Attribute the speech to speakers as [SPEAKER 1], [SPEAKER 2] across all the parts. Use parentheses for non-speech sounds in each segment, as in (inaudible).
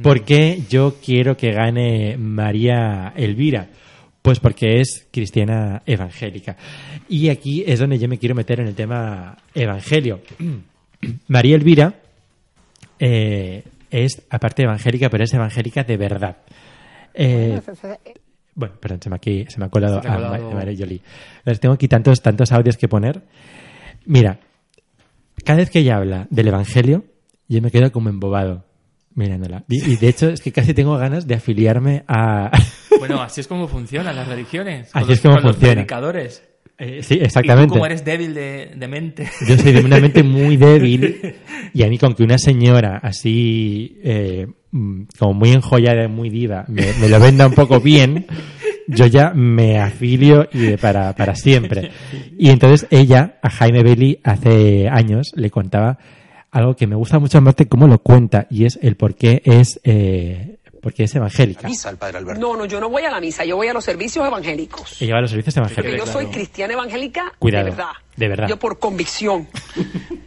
[SPEAKER 1] ¿Por qué yo quiero que gane María Elvira? Pues porque es cristiana evangélica. Y aquí es donde yo me quiero meter en el tema evangelio. (clears throat) María Elvira eh, es, aparte evangélica, pero es evangélica de verdad. Eh, bueno, perdón, se me, aquí, se me ha colado
[SPEAKER 2] Se te ha
[SPEAKER 1] a Ma-
[SPEAKER 2] colado.
[SPEAKER 1] María Jolie. Les tengo aquí tantos, tantos audios que poner. Mira, cada vez que ella habla del Evangelio, yo me quedo como embobado mirándola. Y y de hecho es que casi tengo ganas de afiliarme a... (laughs)
[SPEAKER 2] Bueno, así es como funcionan las religiones.
[SPEAKER 1] Así
[SPEAKER 2] con los-
[SPEAKER 1] es como
[SPEAKER 2] con los
[SPEAKER 1] funciona.
[SPEAKER 2] predicadores.
[SPEAKER 1] Eh, sí,
[SPEAKER 2] Y tú,
[SPEAKER 1] exactamente.
[SPEAKER 2] como eres débil de, de mente.
[SPEAKER 1] Yo soy de una
[SPEAKER 2] (laughs)
[SPEAKER 1] mente muy débil y a mí con que una señora así, eh, mm, como muy enjollada y muy diva, me, me lo venda un poco bien, yo ya me afilio y de para, para siempre. Y entonces ella, a Jaime Bailey, hace años le contaba algo que me gusta mucho en Marte, cómo lo cuenta, y es el por qué es, eh, por qué es evangélica.
[SPEAKER 3] Misa al padre Alberto.
[SPEAKER 4] No, no, yo no voy a la misa, yo voy a los servicios evangélicos.
[SPEAKER 1] Ella va a los servicios
[SPEAKER 4] Porque yo
[SPEAKER 1] evangélicos.
[SPEAKER 4] soy cristiana evangélica
[SPEAKER 1] Cuidado,
[SPEAKER 4] de verdad.
[SPEAKER 1] de verdad.
[SPEAKER 4] Yo por convicción,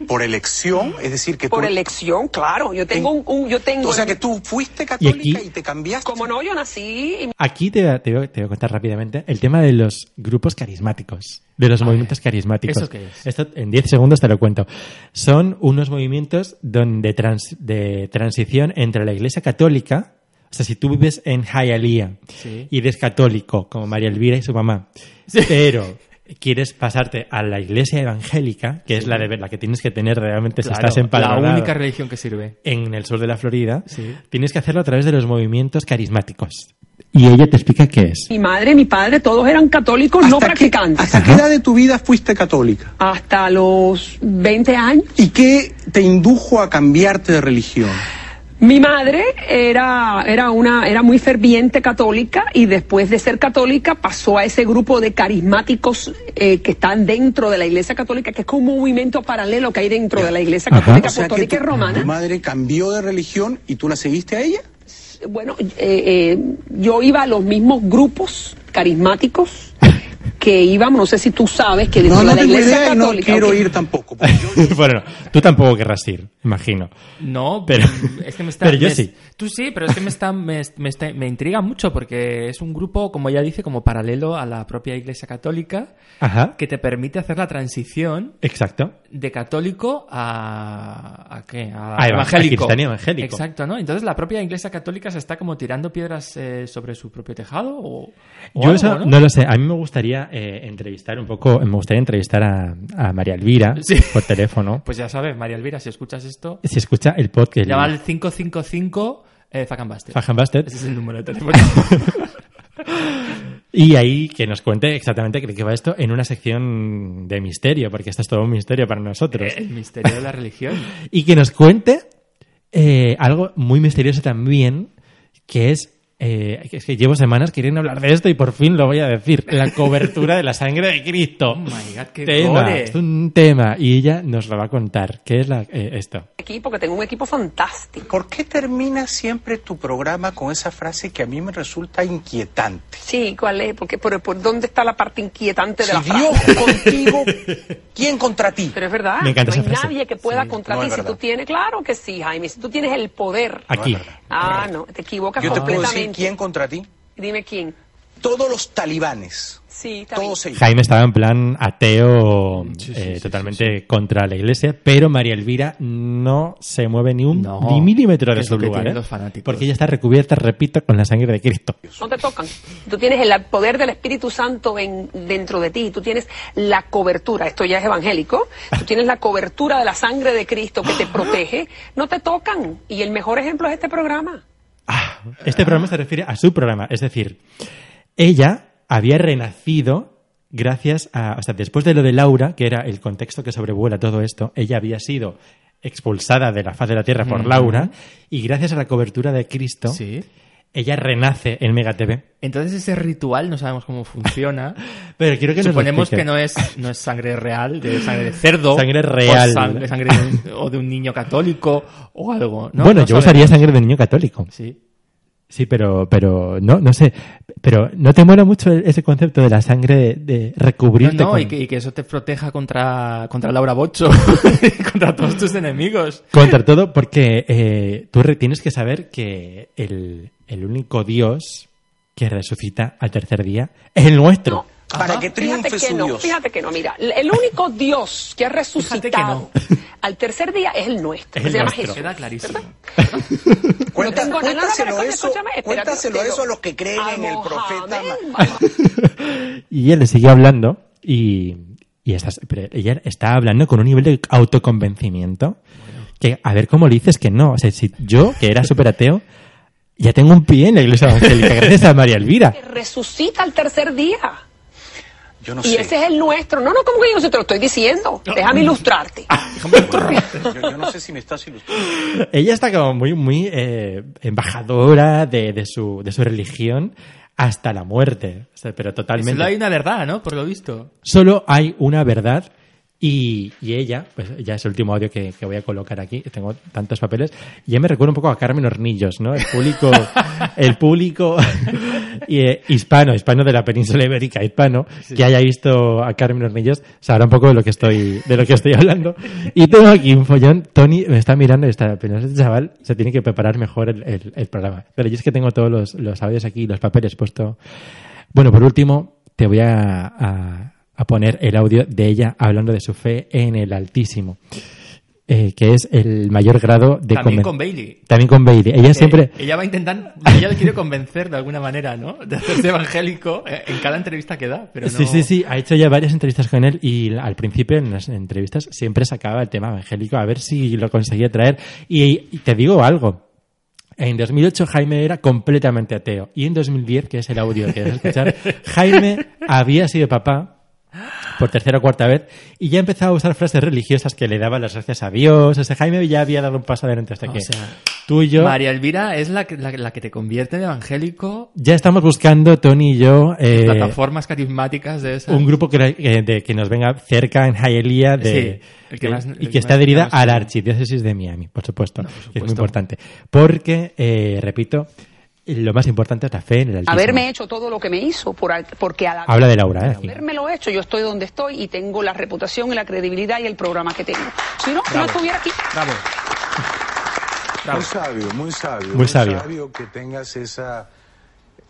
[SPEAKER 3] Por elección, es decir, que
[SPEAKER 4] por
[SPEAKER 3] tú...
[SPEAKER 4] elección, claro. Yo tengo un, un- yo tengo
[SPEAKER 3] O sea, que tú fuiste católica
[SPEAKER 1] aquí-
[SPEAKER 3] y, te cambiaste.
[SPEAKER 4] como no, yo nací y
[SPEAKER 1] Aquí te, te voy, te voy a contar rápidamente el tema de los grupos carismáticos, de los movimientos carismáticos.
[SPEAKER 2] Ah, ¿eso qué es?
[SPEAKER 1] Esto en 10 segundos te lo cuento. Son unos movimientos donde trans- de transición entre la Iglesia Católica, o sea, si tú vives en Hialeah
[SPEAKER 2] Sí.
[SPEAKER 1] y eres católico, como María Elvira y su mamá, pero quieres pasarte a la Iglesia Evangélica, que es la, de, la que tienes que tener realmente si
[SPEAKER 2] Claro,
[SPEAKER 1] pues, estás
[SPEAKER 2] la
[SPEAKER 1] empadronado
[SPEAKER 2] única religión que sirve.
[SPEAKER 1] en el sur de la Florida,
[SPEAKER 2] Sí.
[SPEAKER 1] tienes que hacerlo a través de los movimientos carismáticos. Y ella te explica qué es.
[SPEAKER 4] mi madre, mi padre, todos eran católicos no
[SPEAKER 3] ¿Hasta qué-
[SPEAKER 4] practicantes.
[SPEAKER 3] ¿Hasta qué edad de tu vida fuiste católica?
[SPEAKER 4] Hasta los 20 años.
[SPEAKER 3] ¿Y qué te indujo a cambiarte de religión?
[SPEAKER 4] Mi madre era, era, una, era muy ferviente católica y después de ser católica pasó a ese grupo de carismáticos eh, que están dentro de la Iglesia Católica, que es como un movimiento paralelo que hay dentro de la Iglesia
[SPEAKER 1] Ajá.
[SPEAKER 4] Católica
[SPEAKER 3] O sea, que
[SPEAKER 4] Apostólica
[SPEAKER 3] tu,
[SPEAKER 4] y
[SPEAKER 3] tu
[SPEAKER 4] Romana.
[SPEAKER 3] madre cambió de religión y tú la seguiste a ella.
[SPEAKER 4] Bueno, eh, eh, yo iba a los mismos grupos carismáticos que íbamos, no sé si tú sabes que dentro
[SPEAKER 3] no, no
[SPEAKER 4] de la
[SPEAKER 3] tengo
[SPEAKER 4] Iglesia
[SPEAKER 3] idea y no
[SPEAKER 4] Católica.
[SPEAKER 3] quiero
[SPEAKER 4] ok.
[SPEAKER 3] ir tampoco. porque
[SPEAKER 1] (laughs)
[SPEAKER 3] yo-
[SPEAKER 1] bueno, tú tampoco querrás ir, imagino.
[SPEAKER 2] No,
[SPEAKER 1] Pero-
[SPEAKER 2] pero es que me está.
[SPEAKER 1] pero yo
[SPEAKER 2] me-
[SPEAKER 1] sí.
[SPEAKER 2] Tú sí, pero es que me está, me, me está- me intriga mucho porque es un grupo, como ella dice, como paralelo a la propia Iglesia Católica,
[SPEAKER 1] Ajá.
[SPEAKER 2] que te permite hacer la transición
[SPEAKER 1] Exacto.
[SPEAKER 2] de católico a. ¿A qué? A,
[SPEAKER 1] A eva- a cristiano evangélico.
[SPEAKER 2] Exacto, ¿no? Entonces la propia Iglesia Católica se está como tirando piedras eh, sobre su propio tejado o. o
[SPEAKER 1] Yo
[SPEAKER 2] algo,
[SPEAKER 1] eso
[SPEAKER 2] ¿no?
[SPEAKER 1] no lo sé. A mí me gustaría eh, entrevistar un poco, me gustaría entrevistar a, a María Elvira
[SPEAKER 2] Sí.
[SPEAKER 1] (laughs) por teléfono.
[SPEAKER 2] Pues ya sabes, María Elvira, si escuchas esto,
[SPEAKER 1] Si escucha el podcast,
[SPEAKER 2] llama al 555 eh, Fuck and Buster.
[SPEAKER 1] Fajan Bastet,
[SPEAKER 2] Ese es el número de
[SPEAKER 1] (laughs)
[SPEAKER 2] teléfono.
[SPEAKER 1] y ahí que nos cuente exactamente de qué va esto en una sección de misterio, porque esto es todo un misterio para nosotros.
[SPEAKER 2] el misterio de la religión.
[SPEAKER 1] y que nos cuente eh, algo muy misterioso también, que es, eh, que es que llevo semanas queriendo hablar de esto y por fin lo voy a decir,
[SPEAKER 2] (laughs)
[SPEAKER 1] la cobertura de la sangre de Cristo.
[SPEAKER 2] Oh my God, qué
[SPEAKER 1] tema,
[SPEAKER 2] gore.
[SPEAKER 1] es un tema y ella nos lo va a contar. ¿Qué es la, eh, esto?
[SPEAKER 4] Equipo, que tengo un equipo fantástico.
[SPEAKER 3] ¿Por qué termina siempre tu programa con esa frase que a mí me resulta inquietante?
[SPEAKER 4] Sí, ¿cuál es? Porque, pero, ¿por dónde está la parte inquietante de
[SPEAKER 3] Si
[SPEAKER 4] la frase?
[SPEAKER 3] Dios contigo, ¿quién contra ti?
[SPEAKER 4] Pero es verdad,
[SPEAKER 1] Me encanta
[SPEAKER 4] no
[SPEAKER 1] esa
[SPEAKER 4] hay
[SPEAKER 1] frase.
[SPEAKER 4] nadie que pueda
[SPEAKER 3] Sí,
[SPEAKER 4] contra
[SPEAKER 3] no,
[SPEAKER 4] ti.
[SPEAKER 3] es
[SPEAKER 4] Si tú
[SPEAKER 3] verdad.
[SPEAKER 4] tienes, claro que sí, Jaime, si tú tienes el poder.
[SPEAKER 1] Aquí.
[SPEAKER 3] verdad.
[SPEAKER 4] Ah, no, te equivocas
[SPEAKER 3] Yo te puedo decir
[SPEAKER 4] completamente.
[SPEAKER 3] quién contra ti.
[SPEAKER 4] Dime quién.
[SPEAKER 3] Todos los talibanes.
[SPEAKER 4] Sí, está bien.
[SPEAKER 3] Todos ellos.
[SPEAKER 1] Jaime estaba en plan ateo
[SPEAKER 2] Sí, sí,
[SPEAKER 1] eh,
[SPEAKER 2] sí,
[SPEAKER 1] totalmente contra la iglesia, pero María Elvira no se mueve ni un
[SPEAKER 2] No,
[SPEAKER 1] ni milímetro
[SPEAKER 2] que
[SPEAKER 1] de
[SPEAKER 2] es
[SPEAKER 1] su
[SPEAKER 2] lo que
[SPEAKER 1] lugar.
[SPEAKER 2] tienen
[SPEAKER 1] ¿eh?
[SPEAKER 2] los fanáticos.
[SPEAKER 1] Porque ella está recubierta, repito, con la sangre de Cristo.
[SPEAKER 4] No te tocan. Tú tienes el poder del Espíritu Santo en, dentro de ti. Tú tienes la cobertura. Esto ya es evangélico. Tú tienes la cobertura de la sangre de Cristo
[SPEAKER 3] (gasps)
[SPEAKER 4] que te protege. No te tocan. Y el mejor ejemplo es este programa.
[SPEAKER 1] Este programa se refiere a su programa, es decir, ella había renacido gracias a, o sea, después de lo de Laura, que era el contexto que sobrevuela todo esto, ella había sido expulsada de la faz de la Tierra por
[SPEAKER 2] Ujú.
[SPEAKER 1] Laura y gracias a la cobertura de Cristo,
[SPEAKER 2] Sí.
[SPEAKER 1] ella renace en Mega TV.
[SPEAKER 2] Entonces ese ritual no sabemos
[SPEAKER 1] (laughs)
[SPEAKER 2] cómo funciona.
[SPEAKER 1] Pero quiero que nos lo
[SPEAKER 2] Suponemos
[SPEAKER 1] explique.
[SPEAKER 2] que no es, no es sangre real, de sangre de cerdo.
[SPEAKER 1] Sangre
[SPEAKER 2] o
[SPEAKER 1] real.
[SPEAKER 2] sangre, sangre de un- o de un niño católico o algo. ¿no?
[SPEAKER 1] bueno,
[SPEAKER 2] No
[SPEAKER 1] yo
[SPEAKER 2] sabemos.
[SPEAKER 1] usaría sangre de niño católico.
[SPEAKER 2] Sí.
[SPEAKER 1] Sí, pero, pero no, no sé. Pero ¿no te mola mucho ese concepto de la sangre de, de recubrirte?
[SPEAKER 2] No, no,
[SPEAKER 1] con-
[SPEAKER 2] y, que, y que eso te proteja contra, contra Laura Bocho, (laughs) contra todos tus enemigos.
[SPEAKER 1] Contra todo, porque eh, tú re- tienes que saber que el, el único Dios que resucita al tercer día es el nuestro.
[SPEAKER 3] Para que
[SPEAKER 4] Fíjate
[SPEAKER 3] triunfe
[SPEAKER 4] que
[SPEAKER 3] su
[SPEAKER 4] no,
[SPEAKER 3] Dios.
[SPEAKER 4] fíjate que no, mira, el único Dios que ha
[SPEAKER 2] Fíjate que
[SPEAKER 4] resucitado
[SPEAKER 1] (laughs)
[SPEAKER 2] no.
[SPEAKER 4] al tercer día es el nuestro,
[SPEAKER 1] Es el
[SPEAKER 4] se llama
[SPEAKER 1] nuestro.
[SPEAKER 4] Jesús.
[SPEAKER 2] Queda clarísimo.
[SPEAKER 4] No tengo nada,
[SPEAKER 3] cuéntaselo
[SPEAKER 4] escúchame,
[SPEAKER 3] eso,
[SPEAKER 4] escúchame, espérate,
[SPEAKER 3] cuéntaselo
[SPEAKER 4] pero-
[SPEAKER 3] eso a los que creen
[SPEAKER 4] A
[SPEAKER 3] en el profeta.
[SPEAKER 4] Mohamed,
[SPEAKER 3] Ma-
[SPEAKER 4] vamos.
[SPEAKER 1] (laughs) Y él le siguió hablando y, y estás- pero ella está hablando con un nivel de autoconvencimiento que a ver cómo le dices que no. O sea, si yo, que era súper ateo, ya tengo un pie en la iglesia evangélica gracias a María Elvira.
[SPEAKER 4] que resucita al tercer día.
[SPEAKER 3] Yo no
[SPEAKER 4] Y
[SPEAKER 3] sé.
[SPEAKER 4] ese es el nuestro. No, no, como que yo no sé? te lo estoy diciendo. Déjame ilustrarte.
[SPEAKER 5] Ah,
[SPEAKER 4] (laughs)
[SPEAKER 3] yo, yo no sé si me estás ilustrando.
[SPEAKER 1] Ella está como muy, muy eh, embajadora de, de su, de su religión hasta la muerte. O sea, pero totalmente.
[SPEAKER 2] Solo hay una verdad, ¿no? Por lo visto.
[SPEAKER 1] Solo hay una verdad y, y ella, pues ya es el último audio que, que voy a colocar aquí, tengo tantos papeles, y ya me recuerda un poco a Carmen Hornillos, ¿no? El público, el público (laughs) y, eh, hispano, hispano de la península ibérica, hispano, que haya visto a Carmen Hornillos, sabrá un poco de lo que estoy, de lo que estoy hablando. Y tengo aquí un follón, Tony me está mirando y está pensando, este chaval se tiene que preparar mejor el, el- el programa. Pero yo es que tengo todos los, los audios aquí, los papeles puesto bueno, por último, te voy a, a- a poner el audio de ella hablando de su fe en el Altísimo, eh, que es el mayor grado de
[SPEAKER 2] También
[SPEAKER 1] conven-
[SPEAKER 2] con Bailey.
[SPEAKER 1] También con Bailey. E. Ella (laughs) siempre.
[SPEAKER 2] Eh, ella va a intentar, ella le quiere convencer de alguna manera, ¿no? De hacerse evangélico eh, en cada entrevista que da, pero no...
[SPEAKER 1] Sí, sí, sí. Ha hecho ya varias entrevistas con él y la- al principio en las entrevistas siempre sacaba el tema evangélico a ver si lo conseguía traer. Y, y te digo algo. En 2008 Jaime era completamente ateo y en 2010, que es el audio que vas a
[SPEAKER 2] (laughs)
[SPEAKER 1] escuchar, Jaime había sido papá por tercera o cuarta vez y ya empezaba a usar frases religiosas que le daba las gracias a Dios. O sea, Jaime ya había dado un paso adelante hasta
[SPEAKER 2] O
[SPEAKER 1] que
[SPEAKER 2] sea,
[SPEAKER 1] tú y yo
[SPEAKER 2] María Elvira es la que, la, la que te convierte en evangélico,
[SPEAKER 1] ya estamos buscando, Tony y yo, eh,
[SPEAKER 2] plataformas carismáticas de esas.
[SPEAKER 1] un grupo que, la- que- de- que nos venga cerca en Hialeah de,
[SPEAKER 2] Sí, el que
[SPEAKER 1] de-
[SPEAKER 2] más- el
[SPEAKER 1] y que
[SPEAKER 2] que
[SPEAKER 1] está
[SPEAKER 2] más-
[SPEAKER 1] adherida
[SPEAKER 2] más-
[SPEAKER 1] a la archidiócesis de Miami, por supuesto, que es muy
[SPEAKER 2] supuesto.
[SPEAKER 1] importante. Porque, eh, repito, lo más importante es la fe en el altísimo.
[SPEAKER 4] Haberme hecho todo lo que me hizo, por al- porque al
[SPEAKER 1] Habla de Laura, ¿eh? aquí.
[SPEAKER 4] habérmelo hecho, yo estoy donde estoy y tengo la reputación y la credibilidad y el programa que tengo. Si no, no estuviera aquí.
[SPEAKER 2] Bravo. (laughs) Bravo.
[SPEAKER 5] Muy sabio, muy sabio.
[SPEAKER 1] Muy sabio.
[SPEAKER 5] que tengas esa,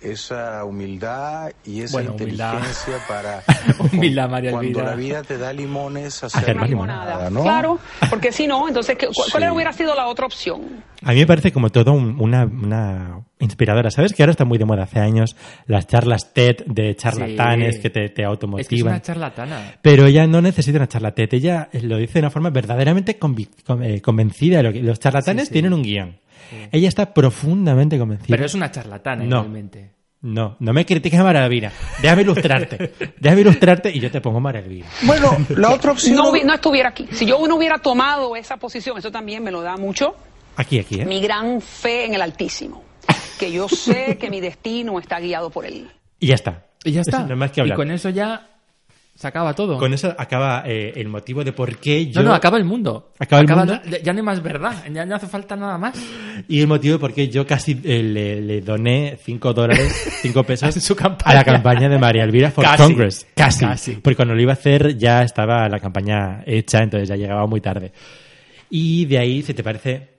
[SPEAKER 5] esa humildad y esa
[SPEAKER 2] Bueno, humildad.
[SPEAKER 5] inteligencia para...
[SPEAKER 2] (laughs) Humildad, María
[SPEAKER 5] Cuando
[SPEAKER 2] Elvira.
[SPEAKER 5] la vida te da limones,
[SPEAKER 3] (laughs)
[SPEAKER 1] Hacer
[SPEAKER 5] hacer
[SPEAKER 1] más
[SPEAKER 5] limonada, ¿no? (laughs)
[SPEAKER 4] Claro, porque si no, entonces, ¿qué- cu- ¿cuál,
[SPEAKER 5] Sí.
[SPEAKER 4] hubiera sido la otra opción?
[SPEAKER 1] A mí me parece como todo un- una, una inspiradora. ¿Sabes que ahora está muy de moda hace años las charlas TED de charlatanes
[SPEAKER 2] Sí.
[SPEAKER 1] que te, te
[SPEAKER 2] Es que es
[SPEAKER 1] automotivan?
[SPEAKER 2] una charlatana.
[SPEAKER 1] Pero ella no necesita una charlatete, ella eh, lo dice de una forma verdaderamente convi- con- eh, convencida. de lo que- Los charlatanes
[SPEAKER 2] Sí, sí.
[SPEAKER 1] tienen un guión. Ella está profundamente convencida.
[SPEAKER 2] Pero es una charlatana,
[SPEAKER 1] No.
[SPEAKER 2] realmente.
[SPEAKER 1] No, no me critiques a Maravilla. Déjame
[SPEAKER 2] (laughs)
[SPEAKER 1] ilustrarte. Déjame ilustrarte y yo te pongo Maravilla.
[SPEAKER 3] Bueno, la otra opción.
[SPEAKER 4] No, hubi- no estuviera aquí. Si yo no hubiera tomado esa posición, eso también me lo da mucho.
[SPEAKER 1] Aquí, aquí, ¿eh?
[SPEAKER 4] Mi gran fe en el Altísimo, que yo sé que mi destino está guiado por él.
[SPEAKER 1] Y ya está.
[SPEAKER 2] Y ya está.
[SPEAKER 1] Eso (laughs) No hay más que
[SPEAKER 2] y
[SPEAKER 1] hablar.
[SPEAKER 2] con eso ya se acaba todo.
[SPEAKER 1] Con eso acaba eh, el motivo de por qué yo.
[SPEAKER 2] No, no, acaba el mundo.
[SPEAKER 1] ¿Acaba el mundo?
[SPEAKER 2] la- Ya no hay más verdad, ya no hace falta nada más.
[SPEAKER 1] Y el motivo de por qué yo casi eh, le, le doné 5
[SPEAKER 2] (laughs)
[SPEAKER 1] dólares, 5 pesos
[SPEAKER 2] A su campaña.
[SPEAKER 1] a la campaña de María Elvira for
[SPEAKER 2] Casi,
[SPEAKER 1] Congress. Casi,
[SPEAKER 2] casi.
[SPEAKER 1] Porque cuando lo iba a hacer ya estaba la campaña hecha, entonces ya llegaba muy tarde. Y de ahí, si te parece,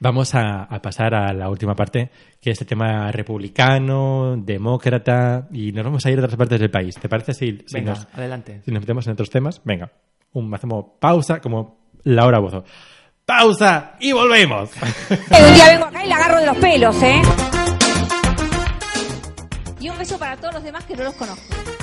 [SPEAKER 1] vamos a, a pasar a la última parte, que es el tema republicano, demócrata, y nos vamos a ir a otras partes del país. ¿Te parece si, si
[SPEAKER 2] Venga,
[SPEAKER 1] nos,
[SPEAKER 2] adelante.
[SPEAKER 1] si nos metemos en otros temas? Venga, un, hacemos pausa, como Laura Bozo. ¡Pausa! ¡Y volvemos!
[SPEAKER 6] Un día vengo acá y la agarro de los pelos, ¿eh? Y un beso para todos los demás que no los conozco.